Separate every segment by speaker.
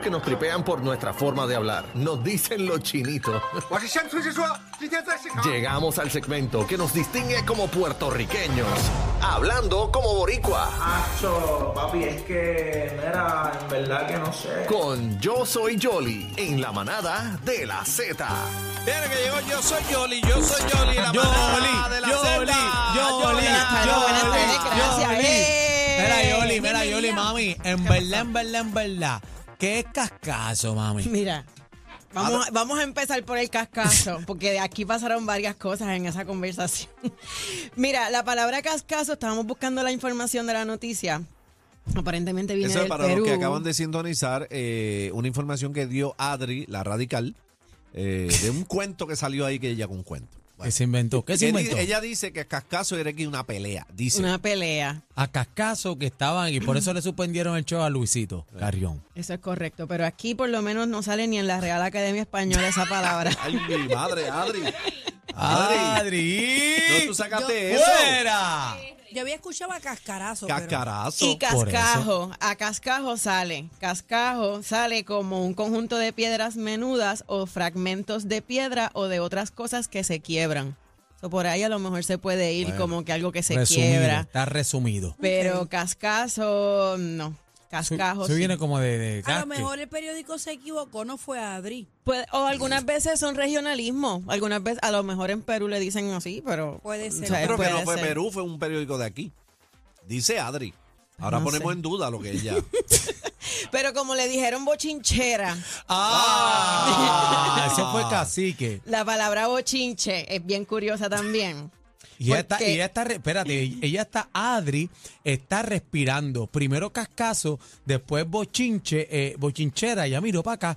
Speaker 1: que nos tripean por nuestra forma de hablar. Nos dicen los chinitos.
Speaker 2: 我是乡村之说，今天在市场。
Speaker 1: Llegamos al segmento que nos distingue como puertorriqueños. Hablando como boricua.
Speaker 3: Acho, papi, es que, mira, en verdad que no sé.
Speaker 1: Con Yo Soy Jolly en la manada de la Z.
Speaker 4: Mira que llegó Yo Soy Yoli, Yo Soy Yoli, la
Speaker 5: Yoli,
Speaker 4: manada de la
Speaker 5: Yoli,
Speaker 4: Zeta. Yoli,
Speaker 5: Yoli,
Speaker 6: Buenas tardes,
Speaker 4: Yoli.
Speaker 6: buenas tardes, gracias.
Speaker 5: Yoli.
Speaker 6: ¡Eh!
Speaker 5: Mira, Yoli, mira,
Speaker 6: Bienvenida.
Speaker 5: Yoli, mami. En
Speaker 6: ¿Qué
Speaker 5: verdad,
Speaker 6: pasó?
Speaker 5: en verdad, en verdad. ¿Qué es cascazo, mami?
Speaker 6: Mira, vamos, a- vamos a empezar por el cascazo, porque de aquí pasaron varias cosas en esa conversación. Mira, la palabra cascazo, estábamos buscando la información de la noticia. Aparentemente viene
Speaker 7: Eso es
Speaker 6: del
Speaker 7: para
Speaker 6: Perú.
Speaker 7: los que acaban de sintonizar eh, una información que dio Adri, la radical, eh, de un cuento que salió ahí que ella con un cuento. Bueno,
Speaker 5: ¿Qué se inventó? ¿Qué se
Speaker 7: ella, di-
Speaker 5: inventó?
Speaker 7: ella dice que Cascazo era aquí una pelea, dice.
Speaker 6: Una pelea.
Speaker 5: A cascazo que estaban y por eso le suspendieron el show a Luisito Carrión.
Speaker 6: Eso es correcto, pero aquí por lo menos no sale ni en la Real Academia Española esa palabra.
Speaker 7: Ay, mi madre, Adri. Adri,
Speaker 5: ¡Adri!
Speaker 7: ¿dónde tú sacaste eso?
Speaker 5: ¡Fuera!
Speaker 8: Yo había escuchado a cascarazo. pero-
Speaker 7: Cascarazo.
Speaker 6: Y
Speaker 5: por eso.
Speaker 6: cascajo, a cascajo sale. Cascajo sale como un conjunto de piedras menudas o fragmentos de piedra o de otras cosas que se quiebran. So, por ahí a lo mejor se puede ir como que algo que se
Speaker 5: Resumido,
Speaker 6: quiebra.
Speaker 5: Está resumido.
Speaker 6: Pero cascazo, no. Cascajo.
Speaker 5: Se
Speaker 6: sí.
Speaker 5: viene como de, de
Speaker 8: A
Speaker 5: casque.
Speaker 8: lo mejor el periódico se equivocó, no fue Adri.
Speaker 6: Puede- Pues, o algunas veces son regionalismo. Algunas veces, a lo mejor en Perú le dicen así, pero.
Speaker 8: Puede ser.
Speaker 6: o sea,
Speaker 7: Yo creo que
Speaker 6: puede
Speaker 7: no fue
Speaker 6: ser.
Speaker 7: Perú, fue un periódico de aquí. Dice Adri. Ahora
Speaker 6: No
Speaker 7: ponemos
Speaker 6: sé.
Speaker 7: en duda lo que ella.
Speaker 6: Pero como le dijeron bochinchera.
Speaker 5: ¡Ah! Ese fue cacique.
Speaker 6: La palabra bochinche es bien curiosa también.
Speaker 5: Y ella, está,
Speaker 6: Porque-
Speaker 5: y ella está, re- espérate, ella está, Adri, está respirando. Primero cascazo, después bochinche, eh, bochinchera, ella miró para acá,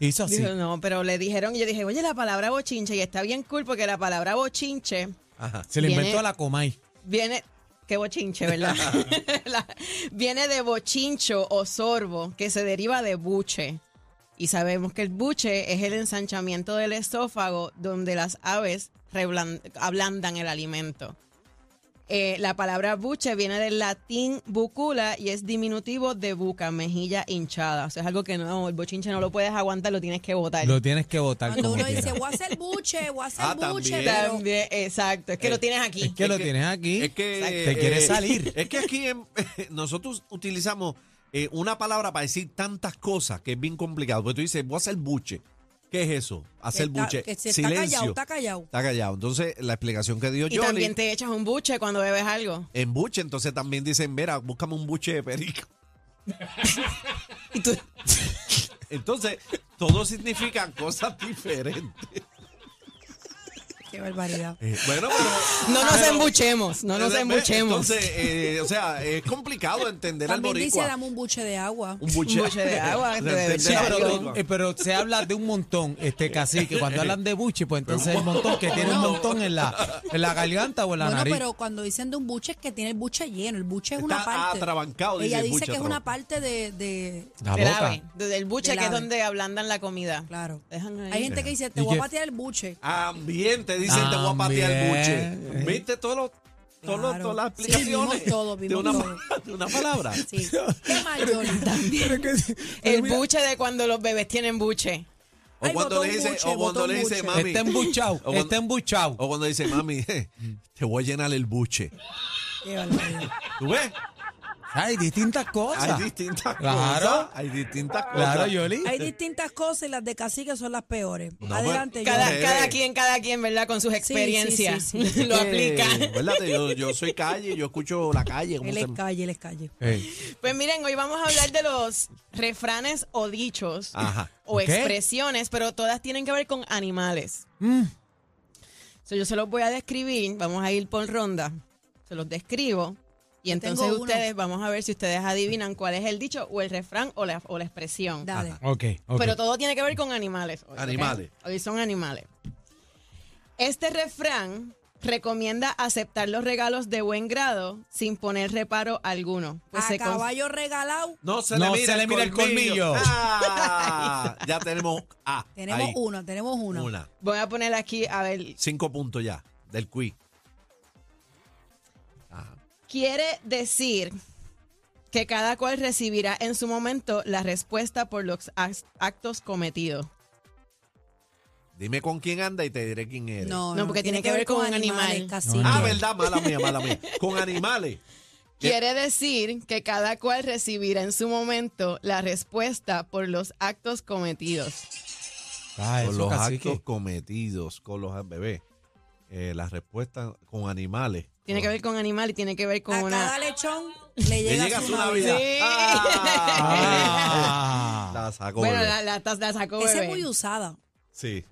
Speaker 5: hizo así.
Speaker 6: Dijo, no, pero le dijeron, y yo dije, oye, la palabra bochinche, y está bien cool porque la palabra bochinche
Speaker 5: Ajá. Se le
Speaker 6: Viene-
Speaker 5: inventó a la comay.
Speaker 6: viene, qué bochinche, ¿verdad? La- viene de bochincho o sorbo, que se deriva de buche. Y sabemos que el buche es el ensanchamiento del esófago donde las aves reblan- ablandan el alimento. Eh, la palabra buche viene del latín bucula y es diminutivo de buca, mejilla hinchada. O sea, es algo que no, el bochinche no lo puedes aguantar, lo tienes que botar.
Speaker 5: Lo tienes que votar
Speaker 8: Cuando
Speaker 5: como
Speaker 8: uno
Speaker 5: quiera.
Speaker 8: dice, voy a hacer buche, voy a hacer
Speaker 7: Ah,
Speaker 8: buche,
Speaker 7: también.
Speaker 8: pero
Speaker 6: También, exacto. Es que lo tienes aquí.
Speaker 5: Es que lo tienes aquí.
Speaker 7: Es que eh,
Speaker 5: Te quieres salir.
Speaker 7: Es que aquí en- nosotros utilizamos eh, una palabra para decir tantas cosas que es bien complicado. Porque tú dices, voy a hacer buche. ¿Qué es eso? Hacer
Speaker 8: está-
Speaker 7: buche.
Speaker 8: que se está
Speaker 7: Silencio.
Speaker 8: callado, está callado.
Speaker 7: Está callado. Entonces, la explicación que dio
Speaker 6: Y
Speaker 7: Yoli,
Speaker 6: también te echas un buche cuando bebes algo.
Speaker 7: en buche, entonces también dicen, mira, búscame un buche de perico.
Speaker 6: Y tú-
Speaker 7: Entonces, todo significan cosas diferentes.
Speaker 8: qué barbaridad.
Speaker 7: Eh, bueno, pero...
Speaker 6: no nos
Speaker 7: pero-
Speaker 6: embuchemos, no nos
Speaker 7: Ve,
Speaker 6: embuchemos.
Speaker 7: Entonces, eh, o sea, es complicado entender al
Speaker 8: También dice,
Speaker 7: boricua.
Speaker 8: dame un buche de agua.
Speaker 7: un buche.
Speaker 6: Un buche de agua, de
Speaker 7: Entender
Speaker 5: Sí,
Speaker 7: al
Speaker 6: Claro.
Speaker 5: pero,
Speaker 7: boricua.
Speaker 5: eh, pero se habla de un montón, este cacique. Cuando hablan de buche, pues entonces el montón que tiene un montón en la, en la garganta o en la
Speaker 8: Bueno,
Speaker 5: nariz.
Speaker 8: pero cuando dicen de un buche es que tiene el buche lleno. El buche es
Speaker 7: Está
Speaker 8: una parte.
Speaker 7: atrabancado, dice
Speaker 8: Ella
Speaker 7: el
Speaker 8: dice
Speaker 7: buche
Speaker 8: que es una
Speaker 7: atrabado.
Speaker 8: parte de. de-
Speaker 5: la
Speaker 6: Del
Speaker 5: boca.
Speaker 6: ave, desde el buche
Speaker 8: Del
Speaker 6: que es
Speaker 8: ave.
Speaker 6: donde ablandan la comida.
Speaker 8: claro.
Speaker 6: Dejan ahí.
Speaker 8: Hay gente que dice, te
Speaker 5: ¿Y
Speaker 8: voy a
Speaker 5: qué?
Speaker 8: patear el buche.
Speaker 7: Ambiente, dicen, te voy a patear el buche.
Speaker 5: También.
Speaker 7: ¿Viste todos los- todos los-
Speaker 8: Claro.
Speaker 7: todas las
Speaker 8: Sí, vimos
Speaker 7: explicaciones?
Speaker 8: todo,
Speaker 7: de,
Speaker 8: vimos
Speaker 7: una,
Speaker 8: todo.
Speaker 7: de una palabra.
Speaker 8: Sí. Qué mal, Yoli.
Speaker 6: El buche de cuando los bebés tienen buche.
Speaker 7: O
Speaker 8: Ay,
Speaker 7: cuando
Speaker 8: botó
Speaker 7: le
Speaker 8: un
Speaker 7: dice,
Speaker 8: buche,
Speaker 7: o cuando
Speaker 8: botó
Speaker 7: le
Speaker 8: un
Speaker 7: dice,
Speaker 8: buche.
Speaker 7: mami. Oh.
Speaker 5: Está embuchado,
Speaker 7: O
Speaker 5: está
Speaker 7: cuando,
Speaker 5: embuchado.
Speaker 7: o cuando dice, mami, eh, te voy a llenar el buche.
Speaker 8: Qué barbaridad.
Speaker 7: ¿Tú ves?
Speaker 5: Hay distintas cosas.
Speaker 7: Hay distintas
Speaker 5: Claro.
Speaker 7: cosas. Hay distintas cosas.
Speaker 5: Claro, Yoli.
Speaker 8: Hay distintas cosas y las de cacique son las peores.
Speaker 7: No,
Speaker 8: Adelante,
Speaker 7: pero-
Speaker 6: Cada,
Speaker 8: Yoli.
Speaker 7: sé.
Speaker 6: cada quien, cada quien, ¿verdad? Con sus
Speaker 8: sí,
Speaker 6: experiencias.
Speaker 8: sí, sí.
Speaker 6: lo
Speaker 7: Eh,
Speaker 6: aplica.
Speaker 7: ¿verdad? Yo, yo soy calle, yo escucho la calle. cómo
Speaker 8: Él es
Speaker 7: se-
Speaker 8: calle, él es calle.
Speaker 5: Ey.
Speaker 6: Pues miren, hoy vamos a hablar de los refranes o dichos
Speaker 7: Ajá.
Speaker 6: o
Speaker 5: Ok.
Speaker 6: expresiones, pero todas tienen que ver con animales. So, yo se los voy a describir, vamos a ir por ronda, se los describo y entonces
Speaker 8: tengo uno.
Speaker 6: ustedes vamos a ver si ustedes adivinan cuál es el dicho o el refrán o la, o la expresión.
Speaker 8: Dale.
Speaker 5: Ok, ok.
Speaker 6: Pero todo tiene que ver con animales. hoy, ¿ok?
Speaker 7: Animales.
Speaker 6: Hoy son animales. Este refrán recomienda aceptar los regalos de buen grado sin poner reparo alguno. Pues
Speaker 8: a
Speaker 6: se cons-
Speaker 8: Ah, caballo regalado
Speaker 7: No se
Speaker 5: No
Speaker 7: le mira,
Speaker 5: se
Speaker 7: el,
Speaker 5: le mira el colmillo.
Speaker 7: Ah, ya tenemos ah,
Speaker 8: tenemos
Speaker 7: ahí,
Speaker 8: una, tenemos una.
Speaker 7: una.
Speaker 6: Voy a poner aquí, a ver,
Speaker 7: Cinco puntos ya del quiz.
Speaker 6: quiere decir que cada cual recibirá en su momento la respuesta por los ac- actos cometidos.
Speaker 7: Dime con quién anda y te diré quién eres.
Speaker 8: No,
Speaker 6: No, porque tiene que ver con un animal.
Speaker 8: animales,
Speaker 5: No,
Speaker 8: cacique.
Speaker 7: Ah, verdad, mala mía, mala mía. Con animales. ¿Qué?
Speaker 6: Quiere decir que cada cual recibirá en su momento la respuesta por los actos cometidos.
Speaker 5: Ah,
Speaker 7: con
Speaker 5: eso,
Speaker 7: los
Speaker 5: cacique.
Speaker 7: actos cometidos con los bebés. Eh, las respuestas con animales.
Speaker 6: Tiene que ver con animal y tiene que ver con
Speaker 8: A
Speaker 6: una...
Speaker 8: cada lechón le
Speaker 7: Le
Speaker 8: llega,
Speaker 7: llega su
Speaker 8: Navidad.
Speaker 7: Navidad.
Speaker 6: Sí.
Speaker 7: Ah,
Speaker 5: Ah.
Speaker 7: la sacó.
Speaker 6: Bueno,
Speaker 7: bebé.
Speaker 6: la, la, tas- la sacó
Speaker 8: Esa
Speaker 6: bebé.
Speaker 8: es muy usada.
Speaker 7: Sí.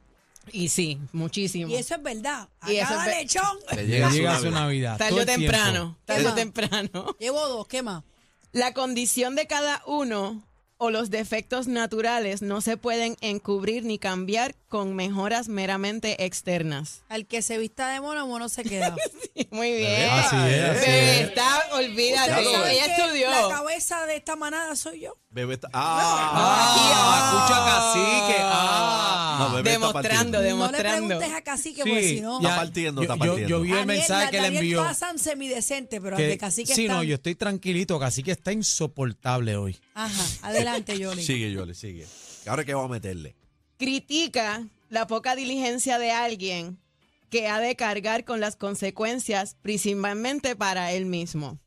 Speaker 6: Y sí, muchísimo.
Speaker 8: Y eso es verdad. A
Speaker 6: Y eso
Speaker 8: cada
Speaker 6: es ver-
Speaker 8: lechón.
Speaker 7: Le
Speaker 5: Llega, su Navidad. todo
Speaker 6: Tarde o
Speaker 5: el tiempo.
Speaker 6: temprano.
Speaker 8: ¿Qué
Speaker 6: Tarde o
Speaker 8: más?
Speaker 6: temprano.
Speaker 8: Llevo dos, ¿qué más?
Speaker 6: La condición de cada uno o los defectos naturales no se pueden encubrir ni cambiar con mejoras meramente externas.
Speaker 8: Al que se vista de mono, mono se queda.
Speaker 6: Muy bien.
Speaker 5: Así es, así
Speaker 6: Bebé,
Speaker 5: es.
Speaker 6: está, olvídate.
Speaker 8: ¿Ustedes saben
Speaker 6: Ella
Speaker 8: que
Speaker 6: estudió.
Speaker 8: La cabeza de esta manada soy yo.
Speaker 7: Bebé está. Ah, escucha cacique. Ah, No, bebé está
Speaker 6: Demostrando,
Speaker 7: partiendo.
Speaker 8: No le
Speaker 6: demostrando.
Speaker 8: preguntes a Cacique
Speaker 5: Sí,
Speaker 8: porque si no.
Speaker 5: ya,
Speaker 7: Está partiendo,
Speaker 5: yo-
Speaker 7: está
Speaker 5: yo- Yo,
Speaker 7: partiendo.
Speaker 5: vi el
Speaker 8: Daniel-
Speaker 5: mensaje que le
Speaker 8: Daniel
Speaker 5: envió.
Speaker 8: pasan semidecente, pero al
Speaker 5: que-
Speaker 8: de Cacique
Speaker 5: sí, no,
Speaker 8: están-
Speaker 5: yo estoy tranquilito, Cacique está insoportable hoy.
Speaker 8: Ajá, adelante, Yoli.
Speaker 7: Sigue, Yoli, sigue. Ahora que vamos a meterle.
Speaker 6: Critica la poca diligencia de alguien que ha de cargar con las consecuencias principalmente para él mismo.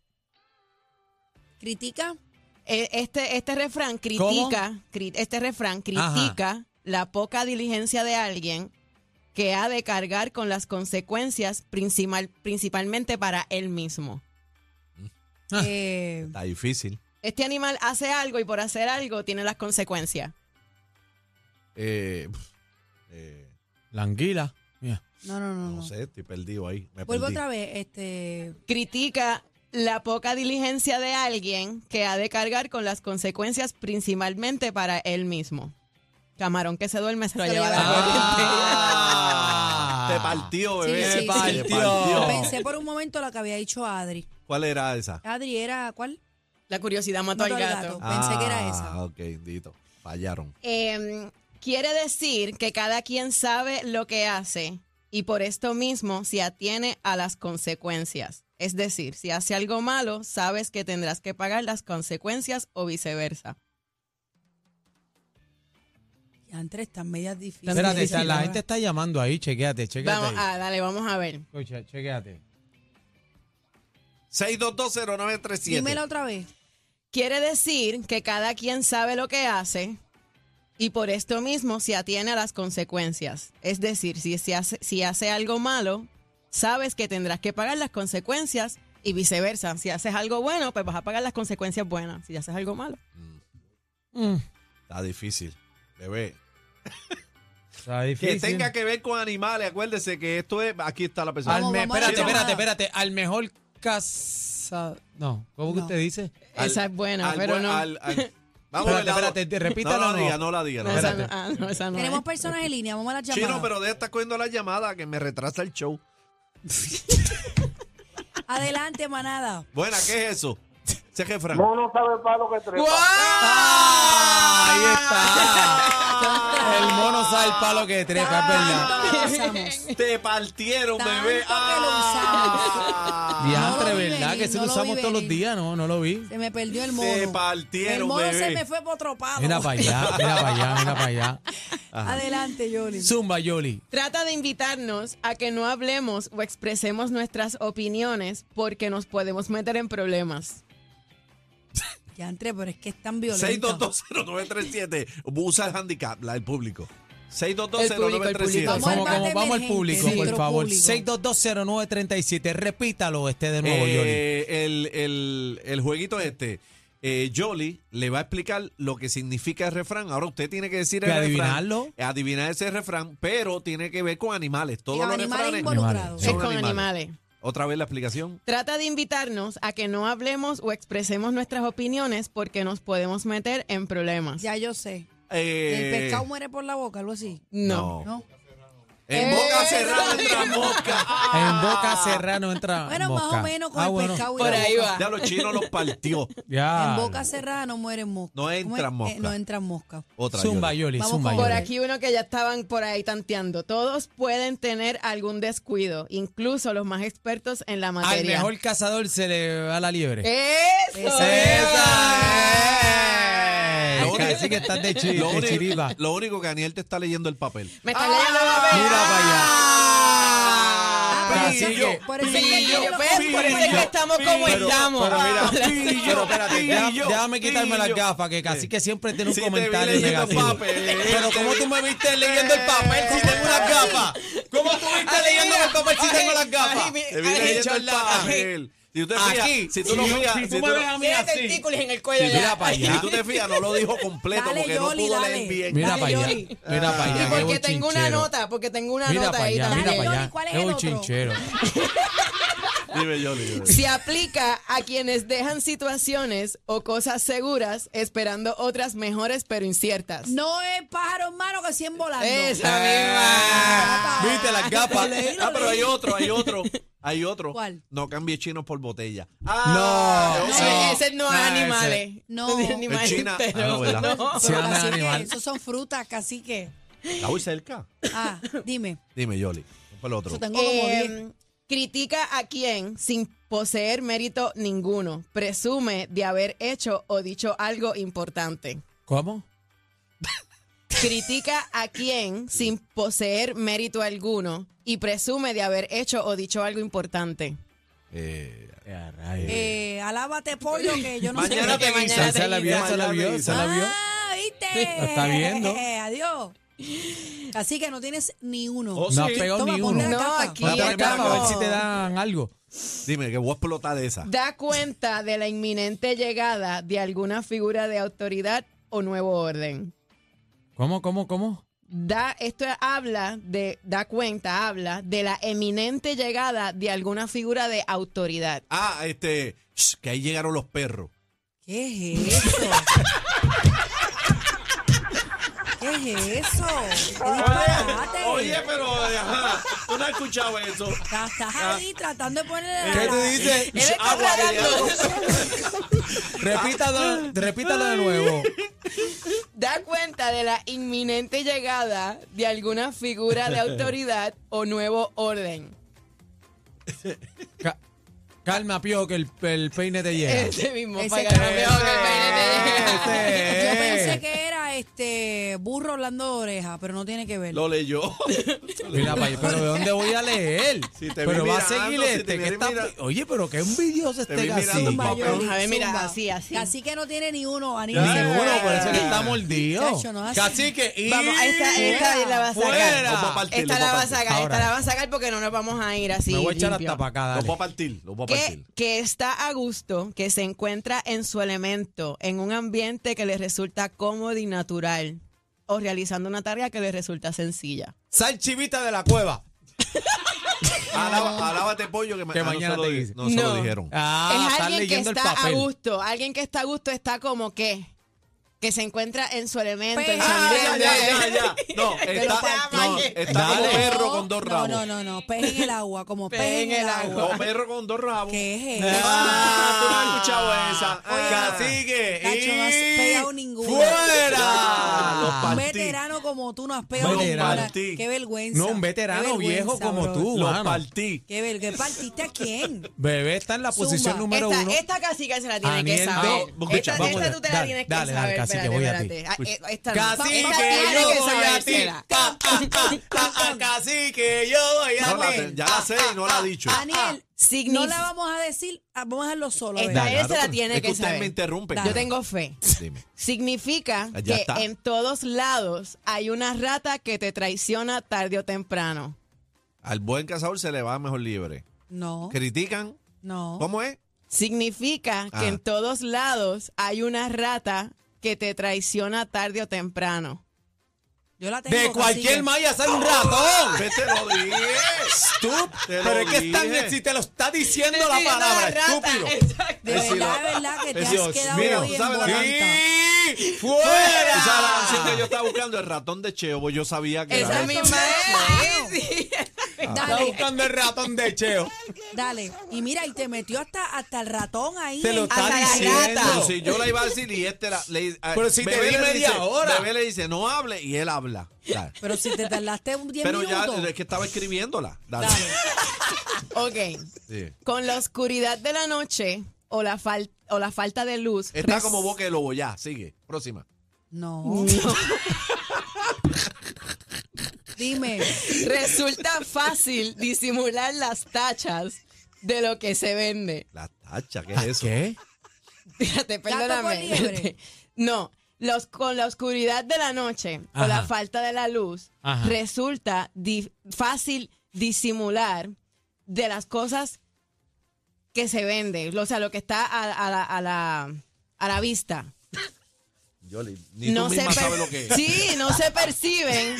Speaker 8: ¿Critica?
Speaker 6: Eh, Este, este refrán critica, cri- este refrán critica la poca diligencia de alguien que ha de cargar con las consecuencias principal, principalmente para él mismo.
Speaker 5: Ah.
Speaker 8: Eh,
Speaker 7: Está difícil.
Speaker 6: Este animal hace algo y por hacer algo tiene las consecuencias.
Speaker 7: Eh, pf, eh,
Speaker 5: La anguila. mira.
Speaker 8: no, no, no.
Speaker 7: no
Speaker 8: no.
Speaker 7: sé, estoy perdido ahí. Me
Speaker 8: Vuelvo
Speaker 7: perdí.
Speaker 8: otra vez. Este,
Speaker 6: Critica la poca diligencia de alguien que ha de cargar con las consecuencias principalmente para él mismo. Camarón que se duerme se lo
Speaker 8: Se lo
Speaker 6: lleva la
Speaker 8: lleva la
Speaker 6: corriente.
Speaker 7: Ah, te partió, bebé. te
Speaker 8: Sí, sí, sí.
Speaker 7: Pues, eh, partió.
Speaker 5: Partió.
Speaker 8: pensé por un momento la que había dicho Adri.
Speaker 7: ¿Cuál era esa?
Speaker 8: Adri era, ¿cuál?
Speaker 6: La curiosidad mató al
Speaker 8: Mató al
Speaker 6: gato.
Speaker 8: gato. Pensé que era
Speaker 7: Ah,
Speaker 8: esa.
Speaker 7: ok, Dito. Fallaron.
Speaker 6: Eh, quiere decir que cada quien sabe lo que hace y por esto mismo se atiene a las consecuencias. Es decir, si hace algo malo, sabes que tendrás que pagar las consecuencias o viceversa.
Speaker 8: Y entre estas medias difíciles.
Speaker 5: Espérate,
Speaker 6: difícil,
Speaker 5: la
Speaker 6: ¿verdad?
Speaker 5: gente está llamando ahí, chequéate, chequéate.
Speaker 6: Vamos
Speaker 5: ahí.
Speaker 6: a, dale, vamos a ver.
Speaker 5: Escucha, chequéate.
Speaker 7: 6220937.
Speaker 8: Dímela otra vez.
Speaker 6: Quiere decir que cada quien sabe lo que hace y por esto mismo se atiene a las consecuencias. Es decir, si, se hace, si hace algo malo, sabes que tendrás que pagar las consecuencias y viceversa. Si haces algo bueno, pues vas a pagar las consecuencias buenas. Si haces algo malo.
Speaker 7: Está difícil, bebé.
Speaker 5: Está
Speaker 7: Que
Speaker 5: difícil.
Speaker 7: tenga que ver con animales, acuérdese que esto es. Aquí está la persona.
Speaker 5: Al
Speaker 8: Vamos,
Speaker 5: me-
Speaker 8: vamos a la
Speaker 5: espérate,
Speaker 8: llamada.
Speaker 5: espérate, espérate. Al mejor casa. No, ¿cómo que
Speaker 8: No.
Speaker 5: usted dice?
Speaker 7: Al-
Speaker 6: Esa es buena,
Speaker 7: al
Speaker 6: pero
Speaker 7: buen-
Speaker 6: no.
Speaker 7: al- al- Vamos,
Speaker 5: Espérate,
Speaker 7: velado.
Speaker 5: espérate, te- repítalo,
Speaker 7: No la
Speaker 5: no.
Speaker 7: diga, no la diga.
Speaker 6: No,
Speaker 7: No la
Speaker 6: esa
Speaker 7: diga.
Speaker 6: no- ah, no, esa no es.
Speaker 8: Tenemos personas en línea, vamos a la llamada.
Speaker 7: Chino, pero de estar cogiendo la llamada que me retrasa el show.
Speaker 8: Adelante, manada.
Speaker 7: Buena, ¿qué es eso? Se jefra.
Speaker 3: Mono sabe para lo que trepa.
Speaker 5: ¡Ah!
Speaker 7: Ah,
Speaker 5: Ahí Ah. está. El mono sabe el palo que trepa, es verdad.
Speaker 8: Tanto que lo usamos.
Speaker 7: Te partieron,
Speaker 8: Tanto
Speaker 7: bebé. Ah.
Speaker 8: que lo usamos.
Speaker 5: Diantre,
Speaker 8: No lo vi
Speaker 5: ¿verdad?
Speaker 8: venir,
Speaker 5: que si
Speaker 8: no
Speaker 5: lo
Speaker 8: lo
Speaker 5: usamos
Speaker 8: vi
Speaker 5: todos los
Speaker 8: venir.
Speaker 5: días, no, no lo vi.
Speaker 8: Se me perdió el mono.
Speaker 7: Te partieron,
Speaker 8: el mono se
Speaker 7: bebé.
Speaker 8: me fue por otro palo.
Speaker 5: Mira para allá, mira para allá, mira para allá.
Speaker 8: Adelante, Yoli.
Speaker 5: Zumba, Yoli.
Speaker 6: Trata de invitarnos a que no hablemos o expresemos nuestras opiniones porque nos podemos meter en problemas.
Speaker 8: Ya entré, pero es que es tan violento.
Speaker 7: 6220937. Usa el handicap, la del público.
Speaker 6: El público, el
Speaker 7: 6220937.
Speaker 8: público.
Speaker 5: Vamos,
Speaker 8: al
Speaker 5: como-
Speaker 8: debate
Speaker 5: vamos al
Speaker 8: emergente,
Speaker 5: público,
Speaker 8: sí.
Speaker 5: por
Speaker 8: nuestro
Speaker 5: favor.
Speaker 8: público.
Speaker 5: 6220937. Repítalo este de nuevo, Yoli.
Speaker 7: Eh, el, el- el jueguito este. eh, Jolly le va a explicar lo que significa el refrán. Ahora usted tiene que decir el
Speaker 5: ¿Y
Speaker 7: refrán.
Speaker 5: adivinarlo?
Speaker 7: eh, Adivinar ese refrán, pero tiene que ver con animales. Todos
Speaker 8: Y
Speaker 7: los
Speaker 8: animales
Speaker 7: refranes.
Speaker 8: involucrados.
Speaker 7: Son
Speaker 6: es con
Speaker 7: animales.
Speaker 6: animales.
Speaker 7: Otra vez la explicación.
Speaker 6: Trata de invitarnos a que no hablemos o expresemos nuestras opiniones porque nos podemos meter en problemas.
Speaker 8: Ya yo sé.
Speaker 7: Eh,
Speaker 8: El pescado muere por la boca, algo así.
Speaker 6: No.
Speaker 8: ¿No? Eh,
Speaker 7: En boca cerrada entra mosca.
Speaker 5: En boca serrano entra
Speaker 8: Bueno,
Speaker 5: Ah, mosca.
Speaker 8: más o menos con
Speaker 5: Ah,
Speaker 8: el
Speaker 5: bueno.
Speaker 8: pescado y
Speaker 6: Por
Speaker 8: la
Speaker 6: ahí
Speaker 8: boca.
Speaker 6: va.
Speaker 7: Ya los chinos los partió.
Speaker 5: Ya.
Speaker 6: Ah,
Speaker 8: En boca cerrada no mueren moscas.
Speaker 7: No
Speaker 8: ¿Cómo es?
Speaker 7: entran
Speaker 8: Eh,
Speaker 7: moscas.
Speaker 8: no entran moscas.
Speaker 7: Otra.
Speaker 5: Zumba,
Speaker 7: Yoli.
Speaker 5: Yoli,
Speaker 8: Vamos
Speaker 5: zumba,
Speaker 8: con-
Speaker 5: Yoli.
Speaker 6: Por aquí uno que ya estaban por ahí tanteando. Todos pueden tener algún descuido, incluso los más expertos en la
Speaker 5: Al
Speaker 6: materia.
Speaker 5: mejor cazador se le va la
Speaker 8: Eh.
Speaker 5: liebre.
Speaker 6: ¡Eso!
Speaker 5: ¡Esa es!
Speaker 7: Lo único-
Speaker 5: Así que estás de, chi-
Speaker 7: Lo
Speaker 5: de
Speaker 7: único,
Speaker 5: chiripa.
Speaker 7: lo único que Aniel te está leyendo el papel.
Speaker 6: Me están leyendo la
Speaker 5: Mira
Speaker 6: papel.
Speaker 5: para allá.
Speaker 8: Ah, por eso
Speaker 5: pillo,
Speaker 8: que- por eso que
Speaker 6: pillo,
Speaker 8: Carlos-
Speaker 6: Eh, ves, por eso es que estamos como
Speaker 5: Pero-
Speaker 6: estamos.
Speaker 5: Pero mira,
Speaker 7: Pillo,
Speaker 5: pero espérate, deja-
Speaker 7: pillo,
Speaker 5: déjame quitarme las
Speaker 7: pillo.
Speaker 5: gafas, que casi que siempre tiene un
Speaker 7: Sí, te vi
Speaker 5: comentario
Speaker 7: leyendo
Speaker 5: negativo.
Speaker 7: papel.
Speaker 5: Pero ¿cómo tú me viste leyendo el papel si tengo las gafas? ¿Cómo tú viste leyendo el papel si tengo las gafas?
Speaker 6: Ay,
Speaker 7: Te viene
Speaker 6: ay,
Speaker 7: leyendo el
Speaker 6: chorla, ay.
Speaker 7: papel. Si usted fija,
Speaker 5: Aquí,
Speaker 7: si tú no fijas,
Speaker 5: si
Speaker 7: si
Speaker 5: tú
Speaker 7: tú
Speaker 5: me
Speaker 7: no-
Speaker 5: ves a mí
Speaker 6: Tiene
Speaker 5: así.
Speaker 6: testículos en el cuello.
Speaker 5: Sí,
Speaker 6: ya.
Speaker 5: mira para allá.
Speaker 7: si tú te fijas, no lo dijo completo
Speaker 8: Dale,
Speaker 7: porque
Speaker 8: Yoli,
Speaker 7: no pudo
Speaker 8: dale.
Speaker 7: leer bien.
Speaker 5: Mira
Speaker 8: Dale,
Speaker 5: para allá,
Speaker 8: Yoli.
Speaker 5: mira para allá.
Speaker 6: Y
Speaker 5: qué
Speaker 6: porque tengo una
Speaker 5: bochinchero.
Speaker 6: nota, porque tengo una
Speaker 5: Mira
Speaker 6: nota
Speaker 5: para
Speaker 6: ahí
Speaker 5: allá, mira
Speaker 6: también.
Speaker 8: Dale,
Speaker 5: para allá.
Speaker 8: Yoli, ¿cuál es
Speaker 5: Es
Speaker 8: el
Speaker 5: un
Speaker 8: otro?
Speaker 5: chinchero.
Speaker 7: Dime, Yoli. Yoli.
Speaker 6: Se aplica a quienes dejan situaciones o cosas seguras esperando otras mejores pero inciertas.
Speaker 8: No es pájaro en mano que 100 volando.
Speaker 6: Esa
Speaker 8: Ah,
Speaker 6: misma.
Speaker 5: Viste las gafas.
Speaker 7: Ah, pero hay otro, hay otro. Hay otro.
Speaker 8: ¿Cuál?
Speaker 7: No cambie chinos por botella.
Speaker 5: No,
Speaker 6: No,
Speaker 5: no.
Speaker 6: ese no es
Speaker 5: Ah, ese.
Speaker 6: animales.
Speaker 8: No.
Speaker 6: Es
Speaker 7: En
Speaker 6: animales,
Speaker 7: China.
Speaker 6: pero
Speaker 7: Ah, no, ¿verdad?
Speaker 6: no.
Speaker 5: Se
Speaker 8: Pero
Speaker 5: llama
Speaker 8: cacique,
Speaker 5: animal.
Speaker 8: Esos son frutas, cacique.
Speaker 7: La voy cerca.
Speaker 8: Ah, dime.
Speaker 7: Dime, Yoli. ¿Cuál otro?
Speaker 8: Yo tengo como
Speaker 6: Eh,
Speaker 8: 10.
Speaker 6: critica a quien sin poseer mérito ninguno presume de haber hecho o dicho algo importante.
Speaker 5: ¿Cómo?
Speaker 6: Critica a quien sin poseer mérito alguno y presume de haber hecho o dicho algo importante.
Speaker 7: Eh,
Speaker 8: Eh, alábate pollo que yo no
Speaker 7: Mañana
Speaker 8: sé.
Speaker 7: te
Speaker 6: Mañana
Speaker 7: guisa.
Speaker 5: Se la vio, se la vio, se la vio.
Speaker 8: Ah, ¿viste?
Speaker 5: Lo está viendo.
Speaker 8: Adiós. Cacique, no tienes ni uno.
Speaker 7: Oh,
Speaker 5: No has
Speaker 7: sí.
Speaker 5: pegado
Speaker 8: Toma,
Speaker 5: ni
Speaker 8: ponle
Speaker 5: uno.
Speaker 8: la
Speaker 6: No,
Speaker 8: capa.
Speaker 6: aquí
Speaker 5: Va a poner
Speaker 7: estamos.
Speaker 5: para a ver si te dan algo.
Speaker 7: Dime, que voy a explotar de esa.
Speaker 6: Da cuenta de la inminente llegada de alguna figura de autoridad o nuevo orden.
Speaker 5: ¿Cómo, cómo, cómo?
Speaker 6: Da, esto habla de, da cuenta, habla de la eminente llegada de alguna figura de autoridad.
Speaker 7: Ah, este, shh, que ahí llegaron los perros.
Speaker 8: ¿Qué es eso? ¿Qué es eso? ¡Qué
Speaker 7: Ah,
Speaker 8: disparate!
Speaker 7: pero ajá, tú no has escuchado eso.
Speaker 8: Ta- Estás
Speaker 7: Ah.
Speaker 8: ahí tratando de poner
Speaker 5: ¿Qué tú dices?
Speaker 6: Él está
Speaker 7: Agua que
Speaker 6: tratando-
Speaker 5: Repítalo, repítalo de nuevo.
Speaker 6: Da cuenta de la inminente llegada de alguna figura de autoridad o nuevo orden.
Speaker 5: Ca- calma, piojo, que el, el peine te llega.
Speaker 7: Eh.
Speaker 6: Ese mismo.
Speaker 8: Ese
Speaker 6: para
Speaker 8: que-
Speaker 6: no veo que el peine te llega.
Speaker 8: Yo pensé
Speaker 5: Este.
Speaker 8: que era este burro hablando de oreja, pero no tiene que ver.
Speaker 7: Lo leyó.
Speaker 5: Mira, pa' allá, pero ¿de dónde voy a leer?
Speaker 7: Si te vi
Speaker 5: pero va a
Speaker 7: mirando,
Speaker 5: seguir
Speaker 7: si te
Speaker 5: este. que
Speaker 7: vi
Speaker 5: está-
Speaker 7: mira-
Speaker 5: Oye, pero qué envidioso es
Speaker 7: Te
Speaker 5: este
Speaker 7: vi mirando
Speaker 5: cacique.
Speaker 7: un
Speaker 8: Zumba,
Speaker 7: papel.
Speaker 8: Yoli,
Speaker 6: A ver, mira,
Speaker 8: zumba.
Speaker 6: así, así.
Speaker 8: Cacique no tiene ni uno, Ani.
Speaker 5: Ninguno, por eso es que está
Speaker 8: Chacho, no
Speaker 5: mordido.
Speaker 8: hace-
Speaker 5: Cacique, y.
Speaker 6: Vamos, esta, esta la va a
Speaker 5: Fuera.
Speaker 6: sacar.
Speaker 7: Los voy a partir,
Speaker 6: Esta
Speaker 7: los
Speaker 6: la
Speaker 7: voy a
Speaker 6: va a
Speaker 7: partir.
Speaker 6: sacar,
Speaker 5: Ahora.
Speaker 6: esta la va a sacar porque no nos vamos a ir así.
Speaker 5: Me voy a echar
Speaker 6: limpio.
Speaker 5: hasta para acá,
Speaker 7: Los
Speaker 5: dale.
Speaker 7: voy a partir, los voy a
Speaker 6: que,
Speaker 7: partir.
Speaker 6: que está a gusto, que se encuentra en su elemento, en un ambiente que le resulta cómodo y natural, o realizando una tarea que le resulta sencilla.
Speaker 5: Sal chivita de la cueva.
Speaker 7: Alaba- alábate pollo que, ma-
Speaker 5: Que
Speaker 7: ah, no
Speaker 5: mañana
Speaker 7: se lo
Speaker 5: te
Speaker 7: di-
Speaker 5: dice.
Speaker 7: No, se lo
Speaker 6: No.
Speaker 7: dijeron.
Speaker 5: Ah,
Speaker 6: es
Speaker 5: estás
Speaker 6: alguien que
Speaker 5: leyendo el
Speaker 6: está a
Speaker 5: papel.
Speaker 6: gusto, alguien que está a gusto está como que, que se encuentra en su elemento, en su
Speaker 8: Ah,
Speaker 7: Pues, ya,
Speaker 6: ambiente.
Speaker 7: ya, ya, ya. No, está, no, está como
Speaker 5: Dale.
Speaker 7: perro con dos rabos.
Speaker 8: No, no, no, no. Pez en el agua, como pez en el agua.
Speaker 7: Como perro con dos rabos.
Speaker 8: ¿Qué es eso?
Speaker 7: Ah, tú no has escuchado esa. Ah, Cacique.
Speaker 8: Cacho, no has
Speaker 7: y-
Speaker 8: pegado ninguno.
Speaker 7: ¡Fuera!
Speaker 8: Un
Speaker 7: Los partí.
Speaker 8: veterano como tú no has pegado
Speaker 5: Los
Speaker 8: ninguna.
Speaker 7: partí.
Speaker 8: Qué vergüenza.
Speaker 5: No, un
Speaker 8: Qué
Speaker 5: veterano
Speaker 8: vergüenza,
Speaker 5: viejo como
Speaker 8: bro.
Speaker 5: tú, ah.
Speaker 7: Los
Speaker 5: mano.
Speaker 7: partí.
Speaker 8: Qué vergüenza. ¿Partiste a quién?
Speaker 5: Bebé está en la
Speaker 8: Zumba.
Speaker 5: posición número
Speaker 6: esta,
Speaker 5: uno.
Speaker 6: Esta cacique se la tiene que
Speaker 5: Aniel
Speaker 6: saber.
Speaker 5: de-
Speaker 7: Escucha,
Speaker 6: esta,
Speaker 7: vamos
Speaker 6: esta
Speaker 5: allá.
Speaker 6: tú te la
Speaker 5: Dale,
Speaker 6: tienes que
Speaker 5: dale,
Speaker 6: saber.
Speaker 5: dale, cacique,
Speaker 6: espérate,
Speaker 5: voy a
Speaker 6: espérate.
Speaker 5: ti.
Speaker 6: Ah, eh, esta no.
Speaker 5: Cacique,
Speaker 6: Esta tiene
Speaker 5: yo
Speaker 6: que
Speaker 5: voy a ti.
Speaker 6: sabérsela.
Speaker 5: Pa, pa, pa, pa, pa, Ah, Cacique, yo voy
Speaker 7: No, la
Speaker 5: a
Speaker 7: te-
Speaker 5: ti.
Speaker 7: ya la sé y no la ha dicho.
Speaker 5: Ah,
Speaker 8: Daniel,
Speaker 6: Signif-
Speaker 8: no la vamos a decir, ah, vamos a dejarlo solo. a ver.
Speaker 6: Esta
Speaker 7: Claro,
Speaker 6: él se la tiene
Speaker 7: es
Speaker 6: que
Speaker 7: que ustedes
Speaker 6: saber.
Speaker 7: me interrumpen.
Speaker 8: Dale.
Speaker 6: Yo tengo fe.
Speaker 7: Dime.
Speaker 6: Significa
Speaker 7: Ya
Speaker 6: que
Speaker 7: está.
Speaker 6: en todos lados hay una rata que te traiciona tarde o temprano.
Speaker 7: Al buen cazador se le va mejor libre.
Speaker 8: No,
Speaker 7: Critican.
Speaker 8: no.
Speaker 7: ¿Cómo es?
Speaker 6: Significa
Speaker 7: Ah.
Speaker 6: que en todos lados hay una rata que te traiciona tarde o temprano.
Speaker 8: Yo la tengo.
Speaker 5: De cualquier
Speaker 8: cacique.
Speaker 5: malla sale un ratón.
Speaker 7: Te lo dije.
Speaker 5: Tú,
Speaker 7: Te lo
Speaker 5: pero es que es tan-
Speaker 7: dije.
Speaker 5: si te lo está diciendo la palabra, estúpido.
Speaker 8: De
Speaker 7: Ay, sí,
Speaker 8: verdad,
Speaker 7: la-
Speaker 8: de verdad que te
Speaker 7: Dios
Speaker 8: has quedado
Speaker 7: mío,
Speaker 8: hoy en
Speaker 7: ¿sabes la
Speaker 8: volanta.
Speaker 5: Sí,
Speaker 7: Tú sabes la
Speaker 5: ¡Fuera!
Speaker 7: canción que yo estaba buscando el ratón de Cheo, porque yo sabía que
Speaker 8: Esa
Speaker 7: era.
Speaker 8: mi-
Speaker 6: misma
Speaker 8: Claro.
Speaker 6: es. Sí.
Speaker 5: Está
Speaker 8: Dale,
Speaker 5: buscando el ratón de Cheo.
Speaker 8: dale. Y mira, y te metió hasta, hasta el ratón ahí.
Speaker 5: Te lo
Speaker 8: Hasta
Speaker 5: está
Speaker 8: la
Speaker 5: diciendo.
Speaker 7: Pero si yo la iba a decir y este era. le- a-
Speaker 5: Pero si te di
Speaker 7: le
Speaker 5: media
Speaker 7: dice-
Speaker 5: hora.
Speaker 7: Bebé le dice, no hable, y él habla. Dale.
Speaker 8: Pero si te tardaste un 10
Speaker 7: Pero ya
Speaker 8: minutos.
Speaker 7: es que estaba escribiéndola. Dale.
Speaker 6: Ok.
Speaker 7: Sí.
Speaker 6: Con la oscuridad de la noche o la, fal- o la falta de luz.
Speaker 7: Está
Speaker 6: res-
Speaker 7: como boca de lobo, ya, sigue. Próxima.
Speaker 8: No. Dime.
Speaker 6: Resulta fácil disimular las tachas de lo que se vende.
Speaker 7: La tacha, ¿qué es eso?
Speaker 5: Ah, ¿Qué?
Speaker 6: Fíjate,
Speaker 8: por
Speaker 6: perdóname.
Speaker 8: liebre.
Speaker 6: No, los, con la oscuridad de la noche o la
Speaker 5: Ajá.
Speaker 6: falta de la luz,
Speaker 5: Ajá.
Speaker 6: resulta di- fácil disimular de las cosas que se venden, o sea, lo que está a, a la, a la- a la vista.
Speaker 7: Yoli, ni tú misma
Speaker 6: per-
Speaker 7: sabes lo que es.
Speaker 6: Sí, no se perciben,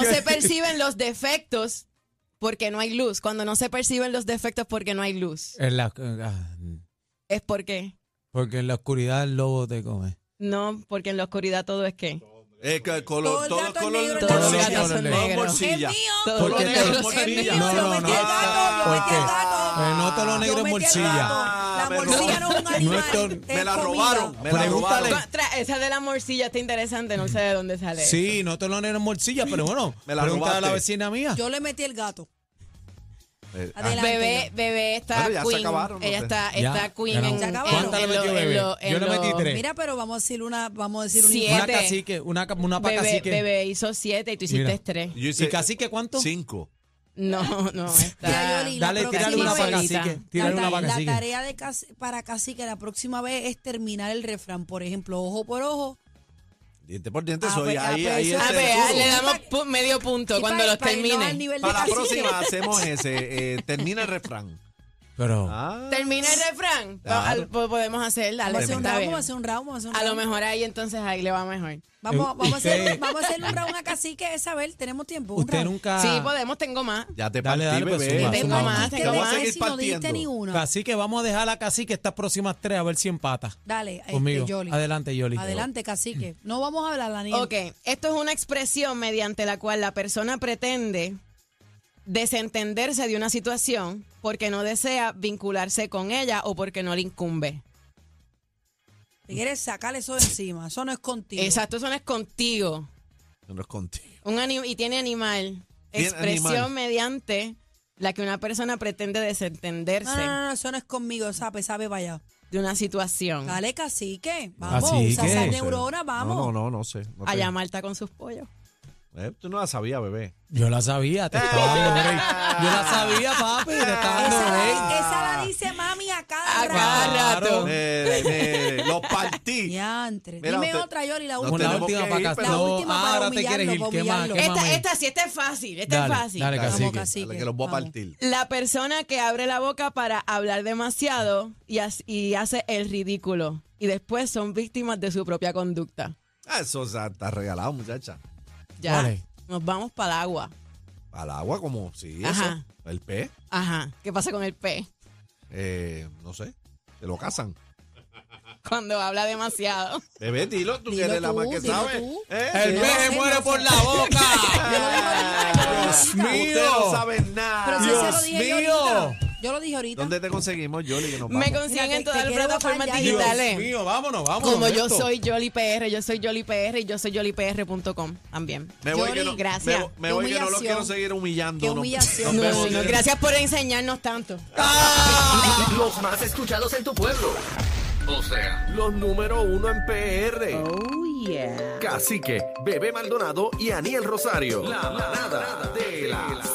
Speaker 6: se perciben los defectos porque no hay luz. Cuando no se perciben los defectos porque no hay luz,
Speaker 5: En la- ah,
Speaker 6: es porque
Speaker 5: porque en la oscuridad el lobo te come.
Speaker 6: no, porque en la oscuridad todo es que.
Speaker 7: Es que el
Speaker 8: Todo
Speaker 7: color,
Speaker 8: el
Speaker 7: todo
Speaker 8: gato es
Speaker 7: color,
Speaker 8: negro,
Speaker 6: Todos
Speaker 5: los
Speaker 6: los
Speaker 5: gatos
Speaker 6: gatos
Speaker 5: son
Speaker 6: son
Speaker 5: negros.
Speaker 6: negros.
Speaker 8: El mío.
Speaker 7: Morcilla.
Speaker 6: Todo
Speaker 5: Porque
Speaker 6: lo
Speaker 5: te-
Speaker 6: negro
Speaker 8: El
Speaker 6: es
Speaker 8: mío.
Speaker 7: morcilla.
Speaker 5: No,
Speaker 8: yo
Speaker 5: no,
Speaker 8: metí
Speaker 5: no.
Speaker 8: el gato. Yo metí el gato.
Speaker 5: Eh, no todo lo negro
Speaker 8: Ah. Yo
Speaker 5: es
Speaker 8: metí el
Speaker 5: morcilla.
Speaker 8: gato. La
Speaker 7: pero-
Speaker 8: morcilla no es un animal.
Speaker 5: No es
Speaker 8: es Ah,
Speaker 7: Me la
Speaker 8: comida.
Speaker 7: robaron, me la
Speaker 5: Pregúntale.
Speaker 7: robaron.
Speaker 6: Con- tra- Esa de la morcilla está interesante, no sé de dónde sale.
Speaker 5: Sí, no te lo negro en morcilla, pero bueno,
Speaker 7: Me la
Speaker 5: pregúntale a la
Speaker 7: robaste.
Speaker 5: vecina mía.
Speaker 8: Yo le metí el gato.
Speaker 7: Eh, ah,
Speaker 8: Adelante.
Speaker 6: Bebé, bebé está
Speaker 7: Bueno, ya se
Speaker 6: queen.
Speaker 7: acabaron, ¿no?
Speaker 6: Ella está,
Speaker 5: Ya,
Speaker 6: está
Speaker 5: ya
Speaker 6: queen
Speaker 5: no.
Speaker 6: en,
Speaker 8: Se acabaron.
Speaker 6: en,
Speaker 5: ¿Cuántas le
Speaker 6: en lo-
Speaker 5: metió
Speaker 6: en
Speaker 5: bebé?
Speaker 6: lo- en
Speaker 5: Yo le
Speaker 6: lo-
Speaker 5: metí tres.
Speaker 8: Mira, pero vamos a decir una, vamos a decir
Speaker 6: Sí,
Speaker 8: una.
Speaker 5: Una
Speaker 6: siete.
Speaker 5: cacique, una, ca- una pa'
Speaker 6: Bebé,
Speaker 5: cacique.
Speaker 6: bebé hizo siete y tú hiciste
Speaker 5: Mira.
Speaker 6: tres.
Speaker 7: Yo
Speaker 5: ¿Y cacique cuánto?
Speaker 7: Cinco.
Speaker 6: No, no, está.
Speaker 8: Ya, Yoli, la
Speaker 5: Dale,
Speaker 8: próxima
Speaker 5: tírale una
Speaker 8: vez-
Speaker 5: pa'
Speaker 6: abuelita.
Speaker 5: cacique. Tírale
Speaker 8: la,
Speaker 5: una pa'
Speaker 8: ta- la
Speaker 5: cacique.
Speaker 8: tarea de cas- para casi que la próxima vez es terminar el refrán. Por ejemplo, ojo por ojo.
Speaker 7: Diente por diente
Speaker 8: Ah,
Speaker 7: soy.
Speaker 8: pues,
Speaker 7: ahí,
Speaker 8: ah,
Speaker 7: ahí
Speaker 8: pues,
Speaker 6: A
Speaker 8: eso
Speaker 7: ese
Speaker 8: es
Speaker 6: ver,
Speaker 7: seguro.
Speaker 8: duro.
Speaker 6: le damos pu- medio punto
Speaker 8: Sí,
Speaker 6: cuando
Speaker 8: para-
Speaker 6: los
Speaker 8: para irnos al
Speaker 6: termine.
Speaker 8: nivel de
Speaker 7: Para la
Speaker 8: cacique.
Speaker 7: próxima hacemos ese. eh, termina el refrán.
Speaker 5: Pero,
Speaker 7: Ah,
Speaker 6: Termina el refrán.
Speaker 7: Claro.
Speaker 6: Va- al- po- Podemos hacer, dale,
Speaker 8: Vamos a hacer un
Speaker 6: está
Speaker 8: round,
Speaker 6: bien.
Speaker 8: vamos a hacer un round, vamos a hacer un
Speaker 6: A lo
Speaker 8: round.
Speaker 6: mejor ahí entonces ahí le va mejor.
Speaker 8: Vamos, vamos, a hacer,
Speaker 5: Eh, Usted-
Speaker 8: vamos a hacer un round a cacique, esa vez tenemos tiempo. un
Speaker 5: usted
Speaker 8: round.
Speaker 5: nunca...
Speaker 6: Sí, podemos, tengo más.
Speaker 7: ya te partí,
Speaker 5: Dale, dale, pues,
Speaker 7: bebé.
Speaker 5: suma,
Speaker 6: Tengo
Speaker 5: suma.
Speaker 6: más,
Speaker 8: Dijiste
Speaker 6: tengo
Speaker 7: Vamos
Speaker 8: de
Speaker 7: a
Speaker 6: más.
Speaker 7: seguir
Speaker 8: ese y no diste ni
Speaker 7: partiendo.
Speaker 8: uno.
Speaker 5: Cacique, vamos a dejar a Cacique estas próximas tres a ver si empata.
Speaker 8: Dale, este,
Speaker 5: Conmigo.
Speaker 8: Yoli.
Speaker 5: Adelante, Yoli. Mm.
Speaker 8: Adelante, cacique. No vamos a hablar, Daniel.
Speaker 6: Ok, esto es una expresión mediante la cual la persona pretende desentenderse de una situación porque no desea vincularse con ella o porque no le incumbe.
Speaker 8: Te quieres sacar eso de encima. Eso no es contigo.
Speaker 6: Exacto, eso no es contigo.
Speaker 7: No es contigo.
Speaker 6: Un ani- y tiene animal.
Speaker 7: Tiene
Speaker 6: expresión
Speaker 7: animal.
Speaker 6: mediante la que una persona pretende desentenderse
Speaker 8: No, no, no, no, eso no es conmigo. Sabe, sabe, vaya.
Speaker 6: de una situación.
Speaker 8: Dale, cacique. Vamos,
Speaker 5: Cacique.
Speaker 8: usa esas
Speaker 5: No
Speaker 8: neuronas, vamos.
Speaker 7: No, no, no, no sé. no
Speaker 6: Allá Malta con sus pollos.
Speaker 7: te- eh, tú no la sabías, bebé.
Speaker 5: Yo la sabía, te estaba dando break. Yo la sabía, papi, te estaba dando
Speaker 8: Esa,
Speaker 5: break.
Speaker 8: la, esa la dice mami a cada
Speaker 6: A
Speaker 8: rato.
Speaker 6: cada rato.
Speaker 7: Eh, Nere, nere, lo partí.
Speaker 8: Diantre.
Speaker 7: Mira,
Speaker 8: Dime
Speaker 7: usted-
Speaker 8: otra, Yoli, la
Speaker 7: No
Speaker 5: Como
Speaker 8: última.
Speaker 5: la
Speaker 7: tenemos
Speaker 5: última
Speaker 7: que
Speaker 5: para
Speaker 7: ir,
Speaker 5: acá.
Speaker 7: pero-
Speaker 8: La última para
Speaker 5: ahora te quieres ir.
Speaker 8: humillarlo,
Speaker 5: ¿Qué más?
Speaker 8: humillarlo.
Speaker 5: ¿Qué más
Speaker 6: Esta,
Speaker 5: me-
Speaker 6: esta sí, esta es fácil, esta
Speaker 5: Dale,
Speaker 6: es fácil.
Speaker 5: dale,
Speaker 8: Vamos,
Speaker 5: cacique.
Speaker 8: cacique.
Speaker 7: Dale, que los voy a
Speaker 8: Vamos.
Speaker 7: partir.
Speaker 6: La persona que abre la boca para hablar demasiado y, hace- y hace el ridículo y después son víctimas de su propia conducta.
Speaker 7: Ah, Eso o sea, está regalado, muchacha.
Speaker 6: Ya.
Speaker 5: Dale.
Speaker 6: Nos vamos para el agua.
Speaker 7: Al agua, como si
Speaker 6: Ajá.
Speaker 7: eso. El pez,
Speaker 6: Ajá. ¿Qué pasa con el pez?
Speaker 7: eh, no sé, te lo cazan.
Speaker 6: Cuando habla demasiado.
Speaker 7: Bebé, dilo, tú que
Speaker 8: Dilo
Speaker 7: eres la
Speaker 8: tú,
Speaker 7: más que
Speaker 8: dilo
Speaker 7: sabes.
Speaker 8: tú.
Speaker 7: Eh,
Speaker 5: El
Speaker 7: dilo.
Speaker 8: no
Speaker 5: peje
Speaker 8: sé,
Speaker 5: muere
Speaker 8: no
Speaker 5: por
Speaker 8: sé.
Speaker 5: la boca.
Speaker 8: Yo lo digo ahorita,
Speaker 5: Dios
Speaker 8: yo lo digo ahorita.
Speaker 5: mío.
Speaker 7: Usted no sabe nada.
Speaker 8: Pero si se lo
Speaker 5: Dios
Speaker 8: dije
Speaker 5: mío.
Speaker 8: yo ahorita. Yo lo dije ahorita.
Speaker 7: ¿Dónde te conseguimos, Yoli? Que nos vamos?
Speaker 6: Me consiguen
Speaker 8: Mira,
Speaker 6: en
Speaker 8: te-
Speaker 6: todas
Speaker 8: te
Speaker 6: las
Speaker 8: quiero
Speaker 6: plataformas
Speaker 8: bajar ya.
Speaker 5: Dios
Speaker 6: digitales.
Speaker 5: mío, vámonos, vámonos.
Speaker 6: Como
Speaker 5: de
Speaker 6: yo
Speaker 5: esto.
Speaker 6: soy Jolly PR, yo soy Jolly PR y yo soy JollyPR.com también.
Speaker 7: Me voy, que no,
Speaker 6: gracias.
Speaker 7: me- me
Speaker 8: Qué
Speaker 7: voy que no los
Speaker 8: humillación.
Speaker 7: quiero seguir humillando.
Speaker 8: Qué
Speaker 7: no.
Speaker 8: humillación.
Speaker 7: Nos
Speaker 6: No,
Speaker 7: vemos.
Speaker 6: no, gracias por enseñarnos tanto.
Speaker 1: Los más escuchados en tu pueblo. O sea, los número uno en PR.
Speaker 6: Oh, yeah.
Speaker 1: Cacique, Bebé Maldonado y Aniel Rosario. La manada de la Z.